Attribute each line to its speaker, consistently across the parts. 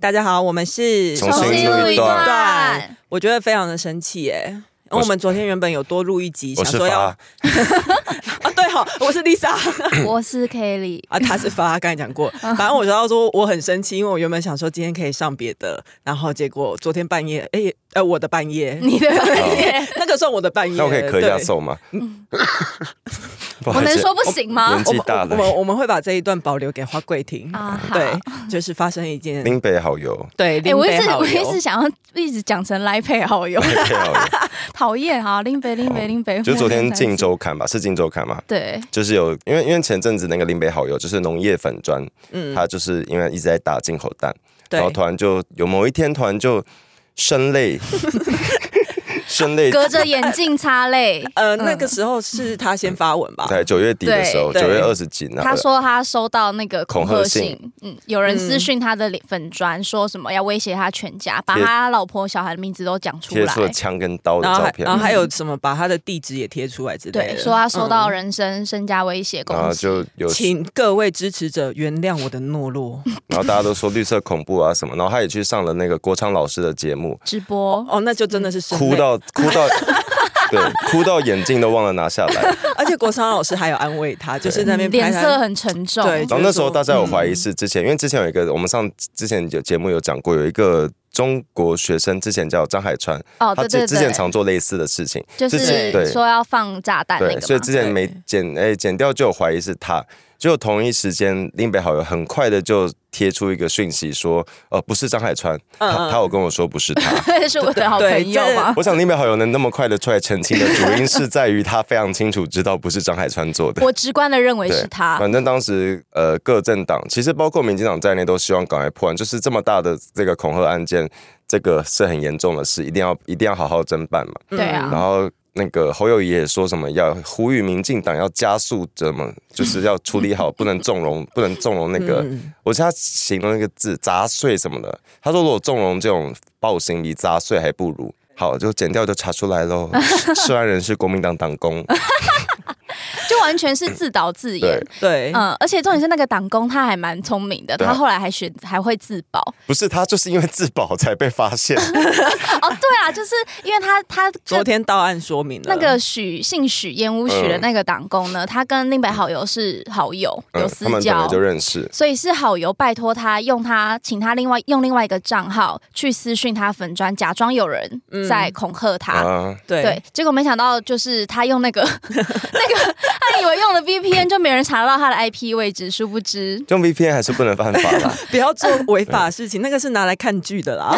Speaker 1: 大家好，我们是
Speaker 2: 重新录一段
Speaker 1: 段，我觉得非常的生气耶。因为
Speaker 2: 我是
Speaker 1: 我们昨天原本有多录一集，
Speaker 2: 我
Speaker 1: 想
Speaker 2: 是
Speaker 1: 说要
Speaker 2: 发
Speaker 1: 啊，，对哦，我是 Lisa
Speaker 3: 我是 Kelly，
Speaker 1: 啊，他是发，刚才讲 过。反正我知道说我很生气，因为我原本想说今天可以上别的，然后结果昨天半夜，哎、呃，我的半夜，
Speaker 3: 你 的半夜，
Speaker 1: 那个算我的半夜。
Speaker 2: 那我可以啊咳一下
Speaker 1: 对嗯
Speaker 2: 嗽吗？ 不好
Speaker 3: 我
Speaker 2: 意思
Speaker 3: 能说不行吗
Speaker 2: 年？纪大
Speaker 1: 我们
Speaker 2: 了，
Speaker 1: 我们会把这一段保留给花桂婷。
Speaker 3: 啊，好
Speaker 1: 对，就是发生一件
Speaker 2: 林北 好油，
Speaker 1: 对
Speaker 3: 哎、
Speaker 1: 林
Speaker 3: 我一
Speaker 1: 北
Speaker 3: 直
Speaker 1: 好
Speaker 3: 我一
Speaker 1: 友
Speaker 3: 直想要一直讲成来配好友，
Speaker 2: 林北好油，
Speaker 3: 讨厌哈，林北林北林北，
Speaker 2: 就是昨天《
Speaker 3: 进
Speaker 2: 镜周刊》吧，是《镜周刊》吗？
Speaker 3: 对，
Speaker 2: 就是有，因为因为前阵子那个林北好友就是农业粉砖，
Speaker 1: 嗯
Speaker 2: 他就是因为一直在打进口蛋，
Speaker 1: 对
Speaker 2: 然后突然就有某一天突然就 声泪，声泪，
Speaker 3: 隔着眼镜 擦泪。
Speaker 1: 呃，
Speaker 2: 嗯
Speaker 1: 那个时候是他先发文吧？
Speaker 2: 在九月底的时候，
Speaker 1: 对
Speaker 2: 九
Speaker 1: 对
Speaker 2: 月二十几那
Speaker 3: 他说他收到那个恐吓信，
Speaker 2: 恐
Speaker 3: 嗯，有人私讯他的粉砖，说什么要威胁他全家，把
Speaker 2: 贴
Speaker 3: 他老婆小孩的名字都讲出
Speaker 2: 贴
Speaker 3: 来
Speaker 2: 出，了枪跟刀的
Speaker 1: 然后
Speaker 2: 照
Speaker 1: 还
Speaker 2: 片
Speaker 1: 然，后还有什么把他的地址也贴出来之类的。
Speaker 3: 嗯对，说他收到
Speaker 1: 嗯
Speaker 3: 人身、身家威胁
Speaker 2: 然后
Speaker 3: 攻击，
Speaker 2: 就有
Speaker 1: 请各位支持者原谅我的懦 弱。
Speaker 2: 然后大家都说绿色恐怖啊什么，然后他也去上了那个郭昌老师的节目，
Speaker 3: 直播，
Speaker 1: 哦，那就真的是生
Speaker 2: 哭
Speaker 1: 累。
Speaker 2: 到哭 到，对，哭到眼镜都忘了拿下来。
Speaker 1: 而且国昌老师还有安慰 他，就是在那边拍
Speaker 3: 脸色
Speaker 1: 他。
Speaker 3: 很沉重，
Speaker 1: 对
Speaker 2: 然后那时候大家有怀疑是
Speaker 3: 嗯
Speaker 2: 之前，因为之前有一个我们上之前有节目有讲过，有一个中国学生之前叫张海川，
Speaker 3: 哦，
Speaker 2: 他
Speaker 3: 对
Speaker 2: 之
Speaker 3: 对
Speaker 2: 之前
Speaker 3: 对，
Speaker 2: 常做类似的事情，
Speaker 3: 就
Speaker 2: 之前对
Speaker 3: 是说要放炸弹那个
Speaker 2: 对，
Speaker 3: 嘛，
Speaker 2: 所以之前没剪哎剪掉就有怀疑是他。就同一时间，林北好友很快的就贴出一个讯息说，呃，不是张海川，
Speaker 3: 嗯
Speaker 2: 他他有跟我说不是他。
Speaker 3: 是我的好朋友啊嘛。
Speaker 2: 我想林北好友能那么快的出来澄清的主因是在于他非常清楚知道不是张海川做的。
Speaker 3: 我直观的认为
Speaker 2: 对，
Speaker 3: 是他，
Speaker 2: 反正当时呃，各政党其实包括民进党在内都希望赶快破案，就是这么大的这个恐吓案件，这个是很严重的事，一定要一定要好好侦办嘛。
Speaker 3: 对
Speaker 2: 然
Speaker 3: 啊，
Speaker 2: 后那个侯友宜也说什么要呼吁民进党要加速怎么，就是要处理好，不能纵容，不能纵容那个，
Speaker 3: 嗯
Speaker 1: 嗯
Speaker 2: 我觉得他形容那个字杂碎什么的，他说如果纵容这种暴行比杂碎还不如。好，就剪掉就查出来喽。涉案人是国民党党工，
Speaker 3: 就完全是自导自演
Speaker 2: 对。，
Speaker 1: 对，
Speaker 3: 嗯，而且重点是那个党工他还蛮聪明的，
Speaker 2: 对啊
Speaker 3: 他后来还学还会自保。
Speaker 2: 不是他就是因为自保才被发现。
Speaker 3: 哦，对啊，就是因为他他
Speaker 1: 昨
Speaker 3: 就
Speaker 1: 天到案说明了
Speaker 3: 那个许姓许烟屋许
Speaker 2: 嗯
Speaker 3: 的那个党工呢，他跟另北好友是好友，有
Speaker 2: 嗯
Speaker 3: 私
Speaker 2: 他们本来
Speaker 3: 交。
Speaker 2: 就认识，
Speaker 3: 所以是好友拜托他用他请他另外用另外一个账号去私讯他粉砖，假装有人在恐吓他，
Speaker 2: 啊，
Speaker 1: 对
Speaker 3: 对，结果没想到就是他用那个 那个，他以为用了 VPN 就没人查到他的 IP 位置，殊不知
Speaker 2: 用 VPN 还是不能犯法啦。
Speaker 1: 不要 做违法的事情，那个是拿来看剧的啦。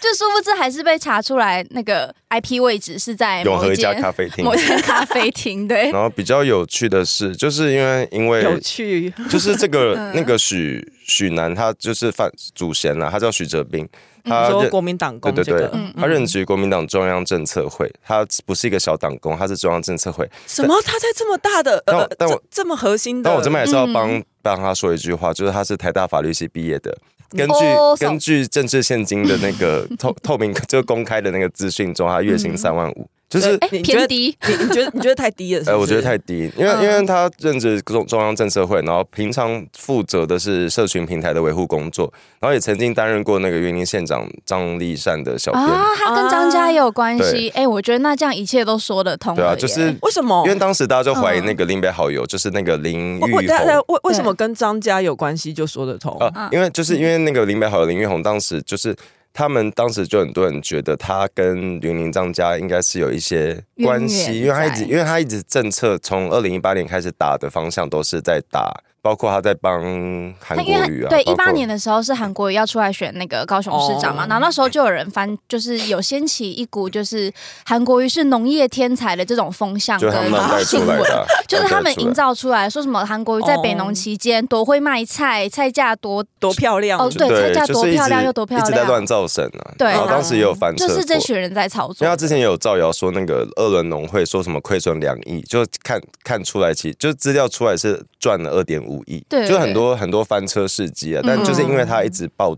Speaker 3: 就殊不知还是被查出来那个 IP 位置是在
Speaker 2: 永
Speaker 3: 某
Speaker 2: 和
Speaker 3: 一
Speaker 2: 一家
Speaker 3: 间
Speaker 2: 咖啡厅哦
Speaker 3: 某。一间咖啡 厅，对
Speaker 2: 然后比较有趣的是，就是因为因
Speaker 1: 有
Speaker 2: 为
Speaker 1: 趣，
Speaker 2: 就是这个那个许许南，他就是犯祖先啦，他叫许哲斌，他
Speaker 1: 嗯说
Speaker 2: 认
Speaker 1: 国民党
Speaker 2: 对
Speaker 1: 工
Speaker 2: 对
Speaker 1: 这
Speaker 2: 对
Speaker 1: 个，
Speaker 3: 嗯
Speaker 2: 他任职国民党中央政策会，他不是一个小党工，他是中央政策会。
Speaker 1: 什么？他在这么大的
Speaker 2: 但
Speaker 1: 呃
Speaker 2: 我，但我
Speaker 1: 这这么核心的，
Speaker 2: 但我这边还是要帮帮他说一句话，就是他是台大法律系毕业的。根据、
Speaker 3: 哦
Speaker 2: 根据政治现金的那个透透明，就是公开的那个资讯中，他月薪三万五，就是
Speaker 1: 对
Speaker 3: 哎
Speaker 1: 你觉得
Speaker 3: 偏低，
Speaker 1: 你你觉得你觉得太低了是不
Speaker 2: 哎、
Speaker 1: 是？
Speaker 2: 我觉得太低，因为、
Speaker 3: 嗯
Speaker 2: 因为他任职中中央政策会，然后平常负责的是社群平台的维护工作，然后也曾经担任过那个云林县长张立善的小编，
Speaker 3: 啊，他跟张家也有关系。哎、我觉得那这样一切都说得通了
Speaker 2: 对
Speaker 3: 耶。
Speaker 2: 啊，就是
Speaker 1: 为什么
Speaker 3: 哦
Speaker 2: 因？为当时大家就怀疑那
Speaker 3: 嗯
Speaker 2: 个林北好友、就是那个林
Speaker 1: 我我
Speaker 2: 玉
Speaker 1: 等下等下
Speaker 2: 红。
Speaker 1: 为为什么跟张家有关系就说得通？
Speaker 3: 嗯
Speaker 2: 啊，因为就是因为那个林北好友林玉红，当时就是他们当时就很多人觉得他跟云林张家应该是有一些关系，
Speaker 3: 渊源
Speaker 2: 因为他一直
Speaker 3: 在
Speaker 2: 因为他一直政策从二零一八年开始打的方向都是在打包括他在帮韩
Speaker 3: 他因
Speaker 2: 国
Speaker 3: 为
Speaker 2: 瑜啊，
Speaker 3: 对
Speaker 2: 包
Speaker 3: 一
Speaker 2: 括
Speaker 3: 八年的时候是韩国瑜要出来选那个高雄市长嘛，
Speaker 1: 哦
Speaker 3: 然后那时候就有人翻，就是有掀起一股就是韩国瑜是农业天才的这种风向
Speaker 2: 就
Speaker 3: 跟
Speaker 2: 他们带出
Speaker 3: 新
Speaker 2: 来
Speaker 3: 闻。
Speaker 2: 的啊，
Speaker 3: 就是他们
Speaker 2: 带出来
Speaker 3: 营造出来说什么韩国瑜在北农期间多会卖菜，菜价多
Speaker 1: 多漂亮！
Speaker 3: 哦对菜价
Speaker 2: 就
Speaker 3: 多
Speaker 2: 是一
Speaker 3: 漂亮
Speaker 2: 直
Speaker 3: 又多漂
Speaker 2: 一直在
Speaker 3: 亮
Speaker 2: 乱造神啊。
Speaker 3: 对嗯
Speaker 2: 然后当时也有翻车
Speaker 3: 就
Speaker 2: 过，
Speaker 3: 是这群人在操
Speaker 2: 因为
Speaker 3: 作
Speaker 2: 他。之前也有造谣说那个二轮农会说什么亏损两亿，就看看出来其，就是资料出来是赚了二点五亿，
Speaker 3: 对嗯
Speaker 2: 就很多很多翻车事迹啊。但就是因为他一直报，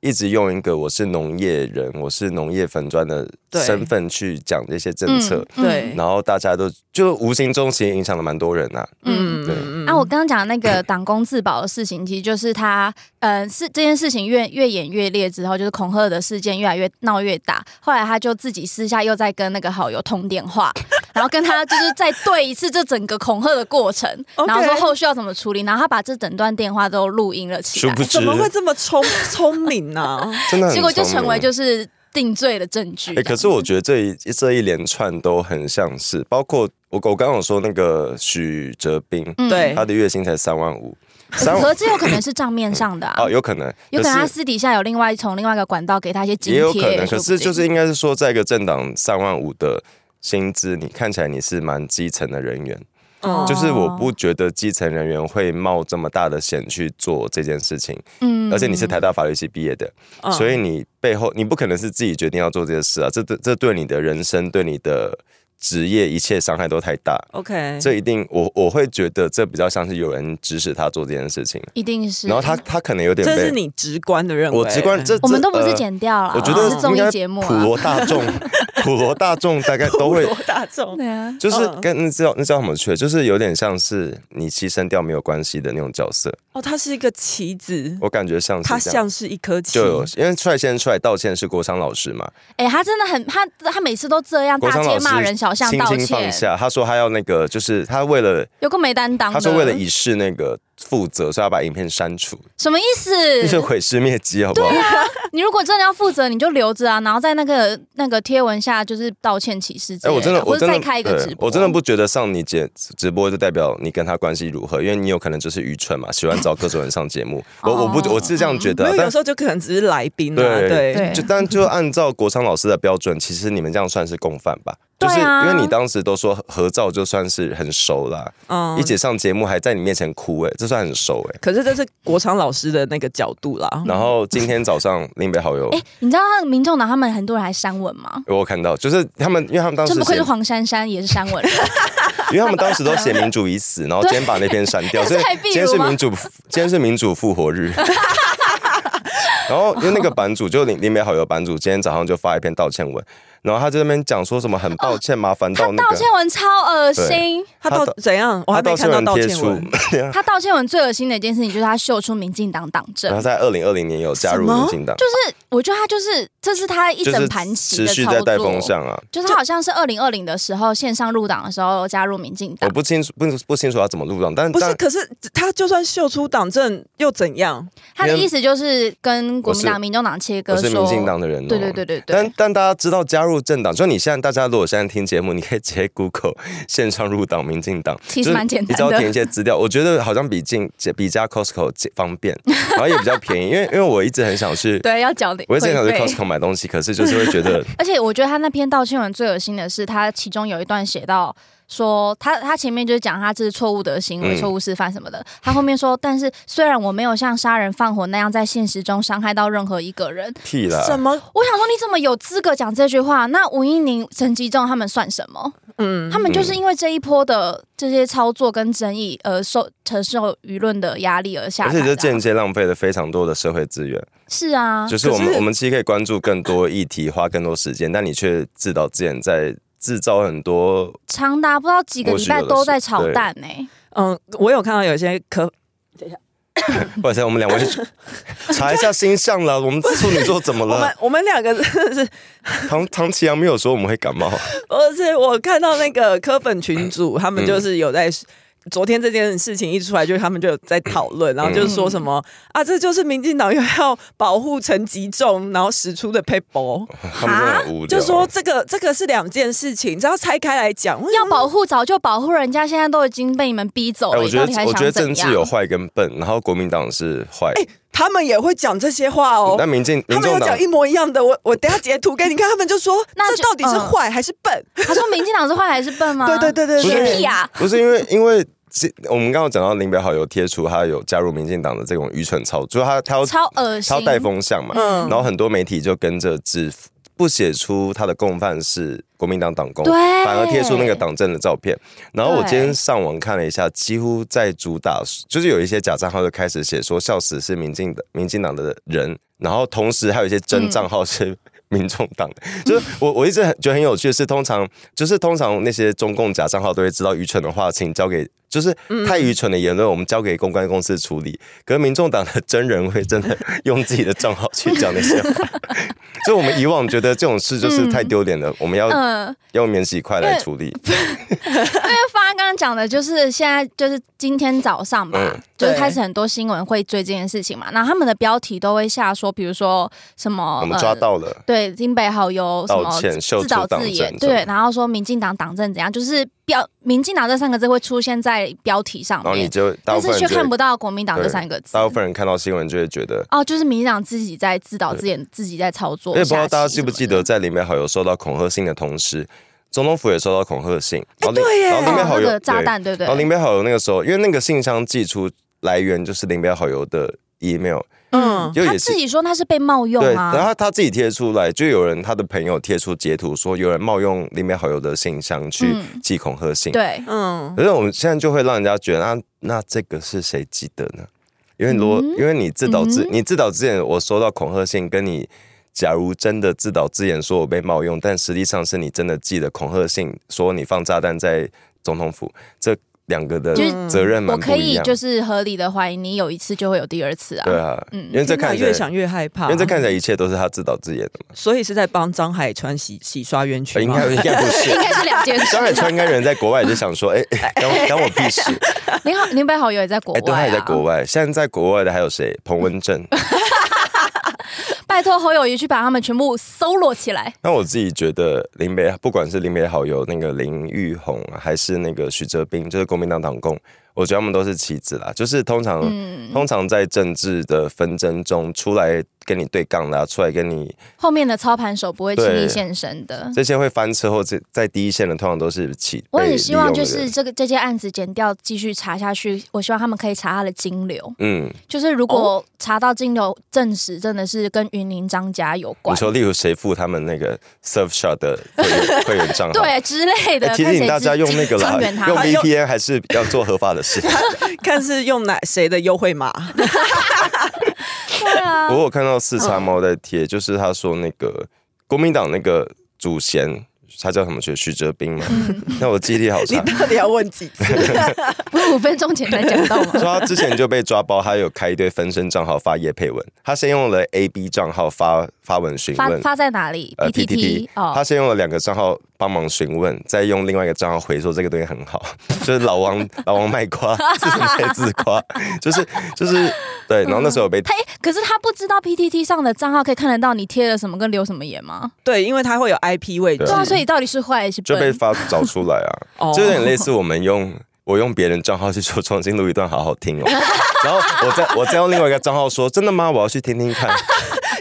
Speaker 2: 一直用一个我是农业人，我是农业粉砖的
Speaker 1: 对
Speaker 2: 身份去讲这些政策，
Speaker 3: 嗯
Speaker 1: 对
Speaker 2: 然后大家都就无形中其实影响了蛮多人啊。
Speaker 3: 嗯。
Speaker 2: 对
Speaker 3: 啊，我刚刚讲的那个党工自保的事情，其实就是他，呃，是这件事情越越演越烈之后，就是恐吓的事件越来越闹越大。后来他就自己私下又在跟那个好友通电话，然后跟他就是再对一次这整个恐吓的过程，然后说
Speaker 1: OK
Speaker 3: 后续要怎么处理，然后他把这整段电话都录音了起
Speaker 2: 殊
Speaker 3: 来，
Speaker 2: 不
Speaker 1: 怎
Speaker 2: 知
Speaker 1: 么会这么聪 聪明啊呢、
Speaker 2: 真的很
Speaker 3: 结果
Speaker 2: 聪
Speaker 3: 就
Speaker 2: 明啊
Speaker 3: 成为就是定罪的证据。啊
Speaker 2: 哎、可是我觉得这一这一连串都很像是，包括我我刚刚有说那个许哲斌，
Speaker 3: 嗯
Speaker 1: 对
Speaker 2: 他的月薪才三万五，三万
Speaker 3: 可是这有可能是账面上的啊。
Speaker 2: 哦，有可能，
Speaker 3: 有可能他
Speaker 2: 是
Speaker 3: 私底下有另外从另外一个管道给他一些津
Speaker 2: 也有
Speaker 3: 贴，
Speaker 2: 可能，
Speaker 3: 说
Speaker 2: 可
Speaker 3: 不
Speaker 2: 是就
Speaker 3: 定
Speaker 2: 是应该是说，在一个政党三万五的薪资，你看起来你是蛮基层的人员，
Speaker 1: 嗯
Speaker 3: 哦
Speaker 2: 就是我不觉得基层人员会冒这么大的险去做这件事情，
Speaker 3: 嗯
Speaker 2: 而且你是台大法律系毕业的，
Speaker 1: 嗯
Speaker 2: 所以你背后你不可能是自己决定要做这些事啊，这对这对你的人生、对你的职业一切伤害都太大。
Speaker 1: 嗯 OK，
Speaker 2: 这一定，我我会觉得这比较像是有人指使他做这件事情，
Speaker 3: 一定是。
Speaker 2: 然后他他可能有点
Speaker 1: 这
Speaker 2: 被
Speaker 1: 是你直观的认为，嗯
Speaker 2: 我直 观这
Speaker 3: 我们都不是
Speaker 2: 呃
Speaker 3: 剪掉了，
Speaker 2: 我觉
Speaker 3: 我
Speaker 2: 得
Speaker 3: 们是综
Speaker 2: 应
Speaker 3: 艺
Speaker 2: 该
Speaker 3: 节目啊
Speaker 2: 普罗大众， 普罗大众大概都会
Speaker 1: 普，罗大众
Speaker 3: 对啊，
Speaker 2: 就是
Speaker 1: 嗯
Speaker 2: 跟那叫那叫什么去了，就是有点像是你牺牲掉没有关系的那种角色，
Speaker 1: 哦，他是一个棋子，
Speaker 2: 我感觉像
Speaker 1: 他
Speaker 2: 是这样。
Speaker 1: 像是一颗棋
Speaker 2: 就。有，因为率先出来道歉是国昌老师嘛，
Speaker 3: 哎，他真的很他他每次都这样，
Speaker 2: 国
Speaker 3: 大
Speaker 2: 昌
Speaker 3: 街
Speaker 2: 老
Speaker 3: 骂人，
Speaker 2: 师
Speaker 3: 小巷
Speaker 2: 轻
Speaker 3: 道
Speaker 2: 轻放
Speaker 3: 歉，
Speaker 2: 下，他说他要那个，就是他为了
Speaker 3: 有个没担当的。
Speaker 2: 他说为了以示那个负责，所以要把影片删除，
Speaker 3: 什么意思？
Speaker 2: 就是毁尸灭迹，好不
Speaker 3: 啊
Speaker 2: 好？
Speaker 3: 你如果真的要负责，你就留着啊，然后在那个那个贴文下就是道歉启事之
Speaker 2: 哎、
Speaker 3: 类
Speaker 2: 我真的，
Speaker 3: 或
Speaker 2: 我
Speaker 3: 者
Speaker 2: 真
Speaker 3: 再
Speaker 2: 的，
Speaker 3: 开一个直
Speaker 2: 对
Speaker 3: 播。
Speaker 2: 我真的不觉得上你节直播就代表你跟他关系如何，因为你有可能就是愚蠢 嘛，喜欢找各种人上节目。我我
Speaker 3: 哦
Speaker 2: 不，我是这样觉得
Speaker 1: 没
Speaker 2: 啊，
Speaker 1: 有，有
Speaker 2: 但
Speaker 1: 时候就可能只是来宾啊，
Speaker 2: 对
Speaker 3: 对
Speaker 1: 对，
Speaker 2: 就但就按照国昌老师的标准，其实你们这样算是共犯吧。
Speaker 3: 对
Speaker 2: 就是
Speaker 3: 啊
Speaker 2: 因为你当时都说合照就算是很熟啦，
Speaker 1: 嗯
Speaker 3: 哦
Speaker 2: 一。起上节目还在你面前哭、哎，这算很熟哎、
Speaker 1: 可是这是国昌老师的那个角度啦，
Speaker 2: 然后今天早上林北好友，
Speaker 3: 哎，你知道他的民众党他们很多人还删文吗？
Speaker 2: 我有看到就是他们，因为他们当时
Speaker 3: 真不愧
Speaker 2: 写
Speaker 3: 是黄珊珊，也是删文。
Speaker 2: 因为他们当时都写民主已死，然后今天把那篇删掉，所以
Speaker 3: 蔡壁
Speaker 2: 今天
Speaker 3: 如
Speaker 2: 是
Speaker 3: 吗
Speaker 2: 民主，今天是民主复活日。然后因为那个版主就林林美好友版主，今天早上就发一篇道歉文，然后他在那边讲说什么很抱歉，麻烦到那
Speaker 3: 道
Speaker 2: 个
Speaker 3: 歉文超恶心，
Speaker 1: 哦他到
Speaker 2: 他
Speaker 1: 怎样？我还没
Speaker 2: 道
Speaker 1: 看
Speaker 2: 歉
Speaker 1: 到
Speaker 2: 文
Speaker 1: 道
Speaker 2: 贴
Speaker 1: 歉
Speaker 2: 出
Speaker 1: 文，，
Speaker 3: 他道歉文最恶心的一件事情就是他秀出民进党党
Speaker 2: 然后
Speaker 3: 证，
Speaker 2: 在二零二零年有加入
Speaker 1: 什么
Speaker 2: 民进党，
Speaker 3: 就是我觉得他就是这是他一
Speaker 2: 就是
Speaker 3: 整盘棋
Speaker 2: 持
Speaker 3: 的
Speaker 2: 续
Speaker 3: 操
Speaker 2: 在
Speaker 3: 作。
Speaker 2: 带风向啊。
Speaker 3: 就是他好像是二零二零的时候线上入党的时候加入民进
Speaker 2: 我
Speaker 3: 党，
Speaker 2: 不清楚，不不清楚他怎么入党，但
Speaker 1: 不是？
Speaker 2: 但
Speaker 1: 可是他就算秀出党证又怎样？
Speaker 3: 他的意思就是跟国民
Speaker 2: 我
Speaker 3: 党、
Speaker 2: 是
Speaker 3: 民众党切割
Speaker 2: 我
Speaker 3: 说，
Speaker 2: 是民进党的人、哦，
Speaker 3: 对对对对
Speaker 2: 但
Speaker 3: 对，
Speaker 2: 但大家知道加入政党，就你现在大家如果现在听节目，你可以直接 Google 线上入党民进党，
Speaker 3: 其实蛮简单的
Speaker 2: 就是你只要填一些资料，我觉得好像比进 比加 Costco 方 便，然后也比较便宜，因为因为我一直很想去，
Speaker 3: 对要缴的
Speaker 2: 我一直很想去
Speaker 3: 会费。
Speaker 2: Costco 买东西，可是就是会觉得
Speaker 3: 而且我觉得他那篇道歉文最恶心的是，他其中有一段写到说，他他前面就是讲他这是错误的行为、
Speaker 2: 嗯
Speaker 3: 错误示范什么的，他后面说，但是虽然我没有像杀人放火那样在现实中伤害到任何一个人，
Speaker 2: 屁
Speaker 1: 什
Speaker 2: 啦。
Speaker 1: 么？
Speaker 3: 我想说，你怎么有资格讲这句话？那吴英宁、陈吉仲他们算什么？
Speaker 1: 嗯，
Speaker 3: 他们就是因为这一波的这些操作跟争议，而受承受舆论的压力而下
Speaker 2: 而
Speaker 3: 台的啊、
Speaker 2: 且就间接浪费了非常多的社会资源，
Speaker 3: 是啊，
Speaker 2: 就是我
Speaker 1: 可
Speaker 2: 们
Speaker 1: 是
Speaker 2: 我们其实可以关注更多议题，花更多时间，但你却自导自演在制造很 多
Speaker 3: 长达不知道几个礼拜都在炒蛋呢、
Speaker 1: 嗯，我有看到有些可
Speaker 2: 哇塞，我们两位查一下星象了。我们处女座怎么
Speaker 1: 我
Speaker 2: 了
Speaker 1: 们？我们两个 真的是，
Speaker 2: 唐唐奇阳没有说我们会感冒，嗯
Speaker 1: 而是我看到那个科粉群主，他们就是有在昨天这件事情一出来，就他们就有在讨论，然后就是
Speaker 2: 嗯
Speaker 1: 说什么、啊，这就是民进党又要保护陈吉仲，然后使出的 paper，
Speaker 2: 他们真的很无聊。
Speaker 1: 就说这个这个是两件事情，只要拆开来讲，嗯我想
Speaker 3: 要保护早就保护，人家现在都已经被你们逼走
Speaker 2: 哎，
Speaker 3: 了，
Speaker 2: 我
Speaker 3: 你
Speaker 2: 觉
Speaker 3: 到底还
Speaker 2: 得我觉得
Speaker 3: 想
Speaker 2: 政
Speaker 3: 怎
Speaker 2: 治有
Speaker 3: 样？
Speaker 2: 坏跟笨，然后国民党是坏，
Speaker 1: 他们也会讲这些话哦。
Speaker 2: 那民进
Speaker 1: 他
Speaker 2: 民
Speaker 1: 们有
Speaker 2: 众党
Speaker 1: 讲一模一样的，我我等一下截图给你看，他们就说
Speaker 3: 那
Speaker 1: 这
Speaker 3: 就
Speaker 1: 到底是
Speaker 3: 嗯
Speaker 1: 坏还是笨？
Speaker 3: 他说民进党是坏还是笨吗？
Speaker 1: 对对对对
Speaker 2: 不
Speaker 3: 学
Speaker 2: 是
Speaker 1: 对
Speaker 3: 屁，啊！
Speaker 2: 不是因为因为这我们刚刚讲到林北好有贴出他有加入民进党的这种愚蠢操作，就是他他要
Speaker 3: 超恶
Speaker 2: 他
Speaker 3: 心
Speaker 2: 要，带风向嘛，
Speaker 1: 嗯
Speaker 2: 然后很多媒体就跟着制服。不写出他的共犯是国民党党工，
Speaker 3: 对
Speaker 2: 反而贴出那个党政的照片。然后我
Speaker 3: 对
Speaker 2: 今天上网看了一下，几乎在主打就是有一些假账号就开始写说笑死是民进的民进党的人，然后同时还有一些真账号是、 民众党的， 就是我我一直很觉得很有趣的是，通常就是通常那些中共假账号都会知道愚蠢的话，请交给就是
Speaker 3: 嗯
Speaker 2: 太愚蠢的言论，我们交给公关公司处理。可是民众党的真人会真 的用自己的账号去讲那些话， 所以我们以往觉得这种事就是太丢脸了，我们要
Speaker 3: 嗯，
Speaker 2: 用免洗块来处理。
Speaker 3: 因为方安刚刚讲的就是现在就是今天早上吧，
Speaker 2: 嗯
Speaker 3: 就是
Speaker 1: 对
Speaker 3: 开始很多新闻会追这件事情嘛，然后他们的标题都会下说，比如说什么
Speaker 2: 我们抓。
Speaker 3: 呃
Speaker 2: 到了，
Speaker 3: 对，金北好友什么
Speaker 2: 道歉秀
Speaker 3: 自
Speaker 2: 出
Speaker 3: 导
Speaker 2: 党
Speaker 3: 自演，
Speaker 2: 政
Speaker 3: 对，然后说民进党党政怎样，就是标“民进党”这三个字会出现在标题上
Speaker 2: 然后你
Speaker 3: 面，
Speaker 2: 就大
Speaker 3: 呃但
Speaker 2: 部分
Speaker 3: 是
Speaker 2: 人
Speaker 3: 却
Speaker 2: 就
Speaker 3: 看
Speaker 2: 会
Speaker 3: 不到国民党这
Speaker 2: 对
Speaker 3: 三个字
Speaker 2: 大。部分人看到新闻就会觉得
Speaker 3: 哦，就是民进党自己在自导自演，自己在操作。
Speaker 2: 而且不知道大家
Speaker 3: 下棋
Speaker 2: 记不
Speaker 3: 什么
Speaker 2: 记
Speaker 3: 的
Speaker 2: 得，在林美好友收到恐吓信的同时，总统府也收到恐吓信，然后林、
Speaker 1: 对耶
Speaker 2: 然后林美好
Speaker 3: 哦
Speaker 2: 友、
Speaker 3: 那个炸
Speaker 2: 对
Speaker 3: 弹，对不对
Speaker 2: 然后？林北好友那个时候，因为那个信箱寄出来源就是林北好友的 email，、
Speaker 1: 嗯
Speaker 2: 就
Speaker 3: 他
Speaker 2: 也是
Speaker 3: 自己说他是被冒用
Speaker 2: 对，
Speaker 3: 啊，
Speaker 2: 然后他自己贴出来，就有人他的朋友贴出截图说有人冒用林北好友的信箱去
Speaker 3: 嗯
Speaker 2: 寄恐吓信，
Speaker 3: 对，
Speaker 1: 嗯，
Speaker 2: 可是我们现在就会让人家觉得，那那这个是谁寄的呢？因为如果、因为你自导自、
Speaker 3: 嗯
Speaker 2: 你自导自演，我收到恐吓信，跟你假如真的自导自演说我被冒用，但实际上是你真的寄的恐吓信，说你放炸弹在总统府，这两个的
Speaker 3: 就是
Speaker 2: 责任蛮
Speaker 3: 我
Speaker 2: 不
Speaker 3: 可
Speaker 2: 一
Speaker 3: 以
Speaker 2: 样。
Speaker 3: 就是合理的怀疑你有一次就会有第二次啊。
Speaker 2: 对啊，
Speaker 3: 嗯
Speaker 2: 因为这
Speaker 1: 天哪
Speaker 2: 看起
Speaker 1: 越
Speaker 2: 来，
Speaker 1: 想越害怕，
Speaker 2: 因为这看起来一切都是他自导自演的嘛，
Speaker 1: 所以是在帮张海川洗洗刷冤
Speaker 2: 呃
Speaker 1: 屈
Speaker 2: 应
Speaker 1: 吗？
Speaker 2: 该应该不
Speaker 3: 应
Speaker 2: 是。
Speaker 3: 该是两件事
Speaker 2: 张。海川应该人在国外就想 说，哎、哎干我干我屁事？
Speaker 3: 林好林北好友也在国
Speaker 2: 哎、对，
Speaker 3: 外、啊
Speaker 2: 他也在国外。现在在国外的还有谁？彭文正。
Speaker 3: 拜托侯友谊去把他们全部搜罗起来。
Speaker 2: 那我自己觉得林北，不管是林北好友那个林玉红啊，还是那个许哲斌，就是国民党党工，我觉得他们都是棋子啦。就是通常、
Speaker 3: 嗯，
Speaker 2: 通常在政治的纷争中，出来跟你对杠啦、出来跟你
Speaker 3: 后面的操盘手不会轻易
Speaker 2: 对
Speaker 3: 现身的。
Speaker 2: 这些会翻车或在在第一线的，通常都是棋。
Speaker 3: 嗯我
Speaker 2: 被
Speaker 3: 很
Speaker 2: 利
Speaker 3: 希望
Speaker 2: 用的
Speaker 3: 就是
Speaker 2: 人
Speaker 3: 这个这件案子剪掉，继续查下去。我希望他们可以查他的金流，
Speaker 2: 嗯，
Speaker 3: 就是如果查到金流证实真的是跟云林张家有
Speaker 2: 你
Speaker 3: 关，
Speaker 2: 说例如谁付他们那个 Surfshark 的会 员会员账号？
Speaker 3: 对之类的。
Speaker 2: 哎。提
Speaker 3: 看谁
Speaker 2: 醒大家
Speaker 3: 支
Speaker 2: 用那个啦
Speaker 3: 支援，他
Speaker 2: 用
Speaker 3: 们
Speaker 2: VPN 还是要做合法的 事。
Speaker 1: 看是用哪谁的优惠 码？
Speaker 3: 对啊，
Speaker 2: 我有看到四叉猫在贴，就是他说那
Speaker 3: 嗯
Speaker 2: 个国民党那个祖先，他叫什么去？许哲斌嘛。
Speaker 3: 嗯
Speaker 2: 那我记忆力好
Speaker 1: 你
Speaker 2: 差，
Speaker 1: 到底要问几 次？
Speaker 3: 不是五分钟前才讲到吗？
Speaker 2: 说他之前就被抓包，他有开一堆分身账号发叶配文，他先用了 A B 账号发发文询
Speaker 3: 发
Speaker 2: 问。
Speaker 3: 发在哪里
Speaker 2: 呃
Speaker 3: ？PTT
Speaker 2: ，PTT，他
Speaker 3: 哦，
Speaker 2: 先用了两个账号帮忙询问，再用另外一个账号回说这个东西很好， 就是老王 老王卖瓜，自卖自夸， 就是就是对。然后那时候有被
Speaker 3: 嗯他诶可是他不知道 PTT 上的账号可以看得到你贴了什么跟留什么言吗？
Speaker 1: 对，因为它会有 IP 位置
Speaker 3: 对，啊，所以到底是坏还是
Speaker 2: 就被
Speaker 3: 笨？
Speaker 2: 发找出来啊。
Speaker 1: 哦
Speaker 2: 就有点类似我们用我用别人账号去说 重新录一段好好听哦，然后我再我再用另外一个账号说真的吗？我要去听听看，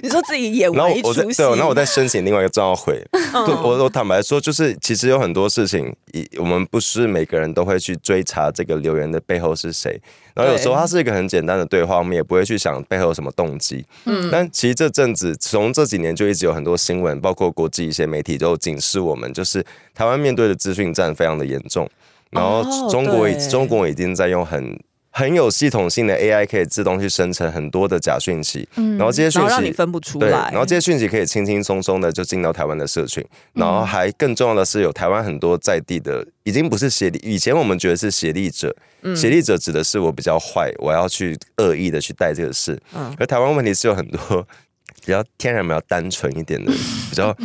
Speaker 1: 你说自己演
Speaker 2: 然后
Speaker 1: 完一
Speaker 2: 我再
Speaker 1: 出戏，嗯
Speaker 2: 对，然后我再申请另外一个账号回。对，我我坦白说，就是其实有很多事情，一我们不是每个人都会去追查这个留言的背后是谁。然后有时候
Speaker 1: 对
Speaker 2: 它是一个很简单的对话，我们也不会去想背后有什么动机。嗯，但其实这阵子从这几年就一直有很多新闻，包括国际一些媒体都警示我们，就是台湾面对的资讯战非常的严重，然
Speaker 1: 哦
Speaker 2: 后中国已、
Speaker 1: 对
Speaker 2: 中国已经在用很。很有系统性的 AI 可以自动去生成很多的假讯息，然后这些讯
Speaker 1: 嗯然后让你
Speaker 2: 息
Speaker 1: 分不出
Speaker 2: 对，
Speaker 1: 来，
Speaker 2: 然后这些讯息可以轻轻松松的就进到台湾的社群，然后还更重要的是有台湾很多在地的，已经不是协力，以前我们觉得是协力者，
Speaker 1: 嗯
Speaker 2: 协力者指的
Speaker 1: 嗯
Speaker 2: 是我比较坏，我要去恶意的去带这个事，而台湾问题是有很多。比较天然、比较单纯一点 的，比较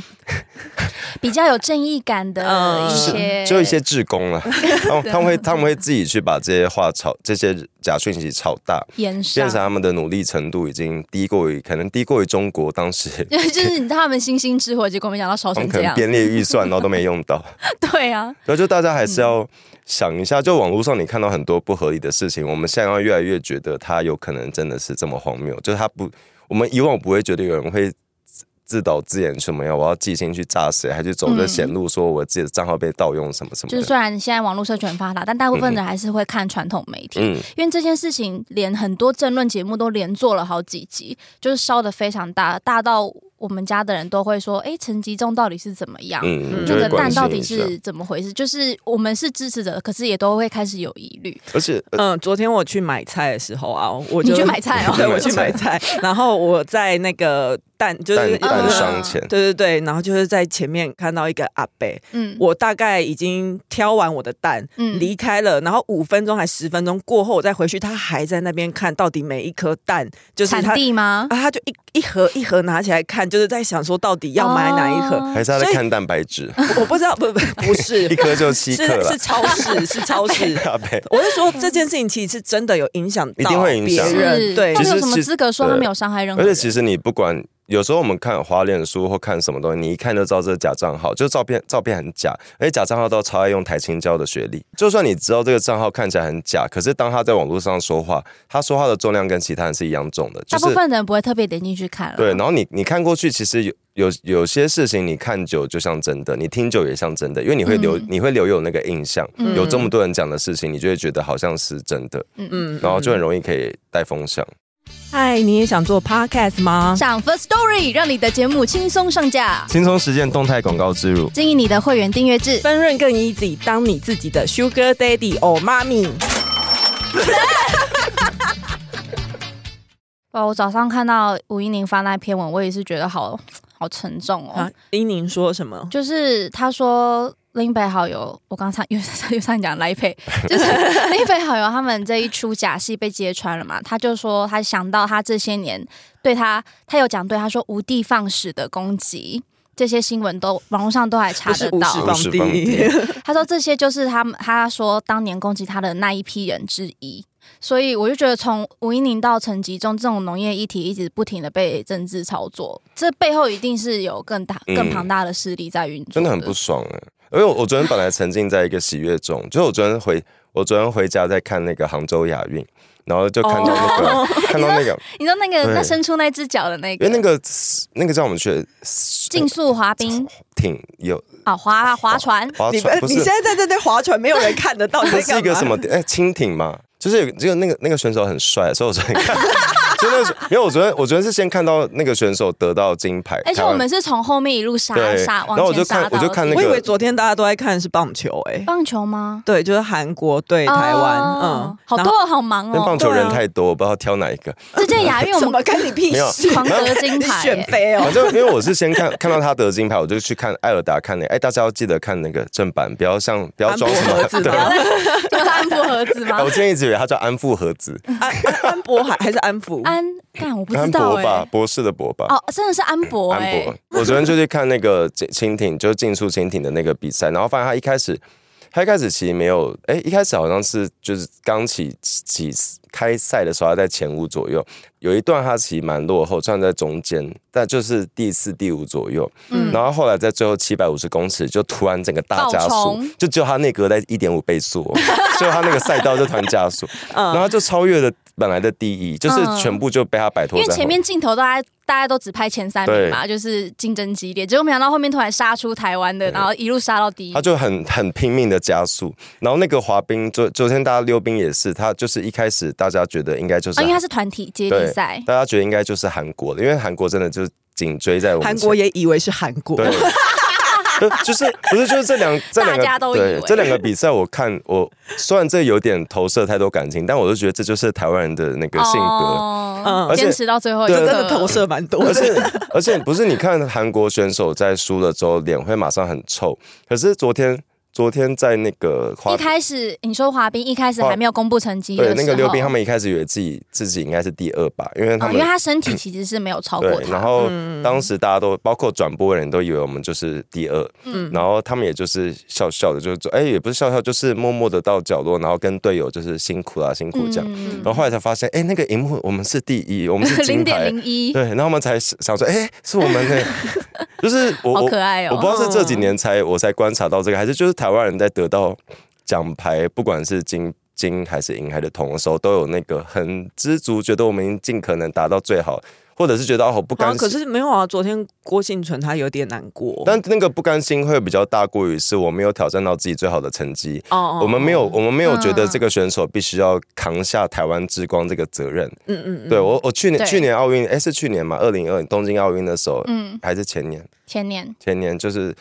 Speaker 3: 比较有正义感的
Speaker 1: 嗯
Speaker 3: 一些，
Speaker 2: 呃就一些志工 了。他们他们会他们会自己去把这些话炒，这些假讯息炒大，
Speaker 3: 延
Speaker 1: 啊
Speaker 2: 变
Speaker 3: 上，
Speaker 2: 成，他啊们的努力程度已经低过于可能低过于中国 当时
Speaker 3: 就是你知道他们星星之火，结果没想到烧
Speaker 2: 他
Speaker 3: 成
Speaker 2: 们可
Speaker 3: 这
Speaker 2: 能
Speaker 3: 样，
Speaker 2: 编列预算然后都没用到。
Speaker 3: 对啊，
Speaker 2: 然后就大家还是
Speaker 3: 嗯
Speaker 2: 要想一下，就网络上你看到很多不合理的事情，我们现在要越来越觉得它有可能真的是这么荒谬，就是它不，我们以往不会觉得有人会自自导自演什么呀，我要寄信去炸谁，还去走这险路，说我自己的账号被盗用什么什么
Speaker 3: 就是
Speaker 2: 的。
Speaker 3: 虽然现在网络社群很发达，但大部分人还是会看传统媒体，
Speaker 2: 嗯，
Speaker 3: 因为这件事情连很多政论节目都连做了好几集，就是烧的非常大，大到我们家的人都会说：“哎，陈吉仲到底是怎么样？”
Speaker 2: 嗯，就会
Speaker 3: 那个
Speaker 2: 关
Speaker 3: 蛋
Speaker 2: 心
Speaker 3: 到底
Speaker 2: 一下
Speaker 3: 是怎么回事？就是我们是支持者，可是也都会开始有疑虑。
Speaker 2: 而且呃
Speaker 1: 嗯，昨天我去买菜的时候啊，我就
Speaker 3: 你去买菜 哦
Speaker 1: 对，我去买 菜，然后我在那个蛋就是
Speaker 2: 蛋蛋
Speaker 3: 嗯
Speaker 2: 伤钱，
Speaker 1: 对对对，然后就是在前面看到一个阿伯，
Speaker 3: 嗯，
Speaker 1: 我大概已经挑完我的蛋，
Speaker 3: 嗯
Speaker 1: 离开了，然后五分钟还十分钟过后，我再回去，他还在那边看到底每一颗蛋，就是
Speaker 3: 产
Speaker 1: 他
Speaker 3: 地吗？
Speaker 1: 啊，他就一一盒一盒拿起来看，就是在想说到底要买哪一盒。
Speaker 3: 哦
Speaker 2: 还是他在
Speaker 1: 所以
Speaker 2: 看蛋白 质，
Speaker 1: 我我不知道，不不不是
Speaker 2: 一，颗就七
Speaker 1: 是
Speaker 2: 克了
Speaker 1: 是，超市，是超 市。
Speaker 2: 大杯。
Speaker 1: 我是说这件事情其实是真的有影响
Speaker 2: 一
Speaker 1: 到
Speaker 2: 定会影
Speaker 1: 别
Speaker 2: 响
Speaker 3: 是，
Speaker 1: 人，对
Speaker 3: 到
Speaker 2: 其
Speaker 3: 底
Speaker 2: 实
Speaker 3: 有什么
Speaker 2: 其实
Speaker 3: 资格说他
Speaker 2: 对
Speaker 3: 没有伤害任何
Speaker 2: 而
Speaker 3: 人？
Speaker 2: 且其实你不管，有时候我们看花脸书或看什么东西，你一看就知道这是假账号，就是照片照片很假，而且假账号都超爱用台青椒的学历。就算你知道这个账号看起来很假，可是当他在网络上说话，他说话的重量跟其他人是一样重的，就
Speaker 3: 大部
Speaker 2: 是
Speaker 3: 分人不会特别点进去看了。
Speaker 2: 对。然后你你看过去，其实有有有些事情你看久就像真的，你听久也像真的，因为你会留、
Speaker 3: 嗯
Speaker 2: 你会留有那个印象，
Speaker 3: 嗯
Speaker 2: 有这么多人讲的事情，你就会觉得好像是真的，
Speaker 3: 嗯嗯，
Speaker 1: 嗯，
Speaker 2: 然后就很容易可以带风向。
Speaker 1: 嗨，你也想做 podcast 吗？
Speaker 3: 上 First Story 让你的节目轻松上架，
Speaker 2: 轻松实践动态广告植入。
Speaker 3: 经营你的会员订阅制。
Speaker 1: 分润更 easy，当你自己的 sugar daddy or mommy。
Speaker 3: 哦，我早上看到吴英玲发那篇文，我也是觉得好好沉重哦。
Speaker 1: 啊，依宁说什么？
Speaker 3: 就是他说林北好友，我刚才又 又上讲来 配，就是林北好友他们这一出假戏被揭穿了嘛，他就说他想到他这些年对他，他有讲对他说无的放矢的攻击。这些新闻都网络上都还查
Speaker 1: 不是
Speaker 3: 得
Speaker 1: 无
Speaker 3: 到
Speaker 1: 视，放
Speaker 2: 无视放
Speaker 1: 低
Speaker 2: 低，
Speaker 3: 他说这些就是他们他说当年攻击他的那一批人之一，所以我就觉得从吴英玲到陈吉仲这种农业议题一直不停的被政治操作，这背后一定是有更大、
Speaker 2: 嗯
Speaker 3: 更庞大的势力在运作、
Speaker 2: 真的很不爽哎、因为我我昨天本来沉浸在一个喜悦中，就是我昨天回我昨天回家在看那个杭州亚运，然后就看到那个、
Speaker 3: 哦
Speaker 2: 看到那个，
Speaker 3: 你知道那个
Speaker 2: 对
Speaker 3: 那伸出那只脚的那
Speaker 2: 因为
Speaker 3: 个，
Speaker 2: 那个那个叫我们去
Speaker 3: 竞速滑冰
Speaker 2: 挺有
Speaker 3: 啊，滑滑船，
Speaker 2: 划
Speaker 1: 你
Speaker 2: 船，不
Speaker 1: 你现
Speaker 2: 是
Speaker 1: 在在这边划船，没有人看得到，你 在
Speaker 2: 是一
Speaker 1: 干
Speaker 2: 个什
Speaker 1: 嘛？
Speaker 2: 么哎、蜻蜓嘛，就是有这个那个那个选手很帅，所以我昨天看。 就那个，因为我昨天我昨天是先看到那个选手得到金牌，
Speaker 3: 而且
Speaker 2: 台湾
Speaker 3: 我们是从后面一路杀
Speaker 2: 哦对
Speaker 3: 杀
Speaker 2: 然后
Speaker 3: 往
Speaker 2: 我就
Speaker 3: 前
Speaker 2: 看
Speaker 3: 杀到底，哎
Speaker 2: 我就看那
Speaker 1: 我
Speaker 2: 个
Speaker 1: 以为昨天大家都在看的是棒球、哎，
Speaker 3: 棒球吗？
Speaker 1: 对，就是韩国对台湾，
Speaker 3: 哦
Speaker 1: 嗯，
Speaker 3: 好
Speaker 1: 然
Speaker 3: 多
Speaker 1: 后
Speaker 3: 哦好忙
Speaker 2: 因为棒
Speaker 3: 哦。
Speaker 2: 球人
Speaker 1: 对啊
Speaker 2: 太多，我不知道挑哪一个。
Speaker 3: 这届亚运我
Speaker 1: 什么
Speaker 3: 们
Speaker 1: 干你屁
Speaker 2: 没有
Speaker 1: 事？
Speaker 3: 狂得金
Speaker 1: 你
Speaker 3: 牌
Speaker 1: 选
Speaker 3: 耶，
Speaker 1: 妃哦
Speaker 2: 反。正因为我是先看看到他得金牌，我就去看艾尔达看那个，哎，大家要记得看那个正版，不要像不要
Speaker 1: 安博
Speaker 2: 装什
Speaker 1: 盒子
Speaker 2: 么。对，
Speaker 1: 吗？
Speaker 2: 哎
Speaker 3: 就是安不盒子吗
Speaker 2: 我？之前一直以为他叫安富和子，
Speaker 1: 安安安博还还是安抚？
Speaker 3: 安，干我不
Speaker 2: 安
Speaker 3: 知道
Speaker 2: 博
Speaker 3: 哎、
Speaker 2: 吧，博士的博吧。
Speaker 3: 哦，真的是安博哎、
Speaker 2: 安博， 我昨天就去看那个蜻蜻蜓，就是竞速蜻蜓的那个比赛，然后发现他一开始，他一开始其实没有，哎、一开始好像是就是刚起起开赛的时候，他在前五左右，有一段他其实蛮落后，站在中间，但就是第四、第五左右，
Speaker 3: 嗯
Speaker 2: 然后后来在最后七百五十公尺就突然整个大加
Speaker 3: 爆
Speaker 2: 速
Speaker 3: 冲，
Speaker 2: 就只有他内格在一点五倍速、哦， 所以他那个赛道就突然加 速，然后就超越了本来的第一，就是
Speaker 3: 嗯
Speaker 2: 全部就被他摆脱
Speaker 3: 因为
Speaker 2: 在后
Speaker 3: 前面镜头大家大家都只拍前三名
Speaker 2: 对
Speaker 3: 嘛，就是竞争激烈，结果没想到后面突然杀出台湾的，然后一路杀到第一
Speaker 2: 他。就很很拼命的加速，然后那个滑冰，昨昨天大家溜冰也是，他就是一开始大家觉得应该就是
Speaker 3: 啊，因为
Speaker 2: 韩，
Speaker 3: 它是团体接力赛，
Speaker 2: 大家觉得应该就是韩国的，因为韩国真的就是紧追在我们
Speaker 1: 韩
Speaker 2: 前
Speaker 1: 国也以为是韩国，
Speaker 2: 对，就就是不是就是这两这两个
Speaker 3: 大家都以为
Speaker 2: 对这两个比赛，我看我虽然这有点投射太多感情，但我就觉得这就是台湾人的那个性格。
Speaker 3: 哦
Speaker 1: 嗯
Speaker 2: 而且
Speaker 3: 坚持到最后一
Speaker 2: 对
Speaker 3: 刻，
Speaker 1: 真的投射蛮多
Speaker 2: 而
Speaker 1: 的。
Speaker 2: 且而且不是，你看韩国选手在输了之后脸会马上很臭，可是昨天昨天在那个滑
Speaker 3: 一开始你说滑冰一开始
Speaker 2: 滑
Speaker 3: 还没有公布成绩的时
Speaker 2: 对
Speaker 3: 候，
Speaker 2: 那个溜冰，他们一开始以为自己自己应该是第二吧，因为他
Speaker 3: 哦，
Speaker 2: 们、
Speaker 3: 因为他身体其实是没有超过
Speaker 2: 对，
Speaker 3: 他，嗯
Speaker 2: 然后当时大家都包括转播的人都以为我们就是第二，
Speaker 3: 嗯
Speaker 2: 然后他们也就是笑笑的，就是说哎、也不是笑笑，就是默默的到角落，然后跟队友就是辛苦啦，辛苦这样。
Speaker 3: 嗯
Speaker 2: 然后后来才发现，哎、那个荧幕我们是第一，我们是金
Speaker 3: 零
Speaker 2: 牌
Speaker 3: 点，零一，
Speaker 2: 对，然后我们才想说，哎、是我们呢、 就是我
Speaker 3: 好
Speaker 2: 我
Speaker 3: 可爱
Speaker 2: 我不知
Speaker 3: 哦。
Speaker 2: 道是这几年才我才观察到这个，还是就是台湾人在得到奖牌，不管是金金还是银还是铜的时候，都有那个很知足，觉得我们已经尽可能达到最好，或者是觉得哦我不
Speaker 1: 啊，
Speaker 2: 甘
Speaker 1: 可
Speaker 2: 心。
Speaker 1: 是没有啊，昨天郭幸存他有点难过，
Speaker 2: 但那个不甘心会比较大过于是我没有挑战到自己最好的成绩，
Speaker 1: 哦
Speaker 2: 我们没有，我们没有觉得
Speaker 3: 嗯
Speaker 2: 这个选手必须要扛下台湾之光这个责任。
Speaker 1: 嗯嗯嗯，
Speaker 2: 对我，我去年
Speaker 3: 对
Speaker 2: 去年奥运，哎是去年嘛，二零二东京奥运的时候，
Speaker 3: 嗯，
Speaker 2: 还是前年，
Speaker 3: 前年
Speaker 2: 前年就是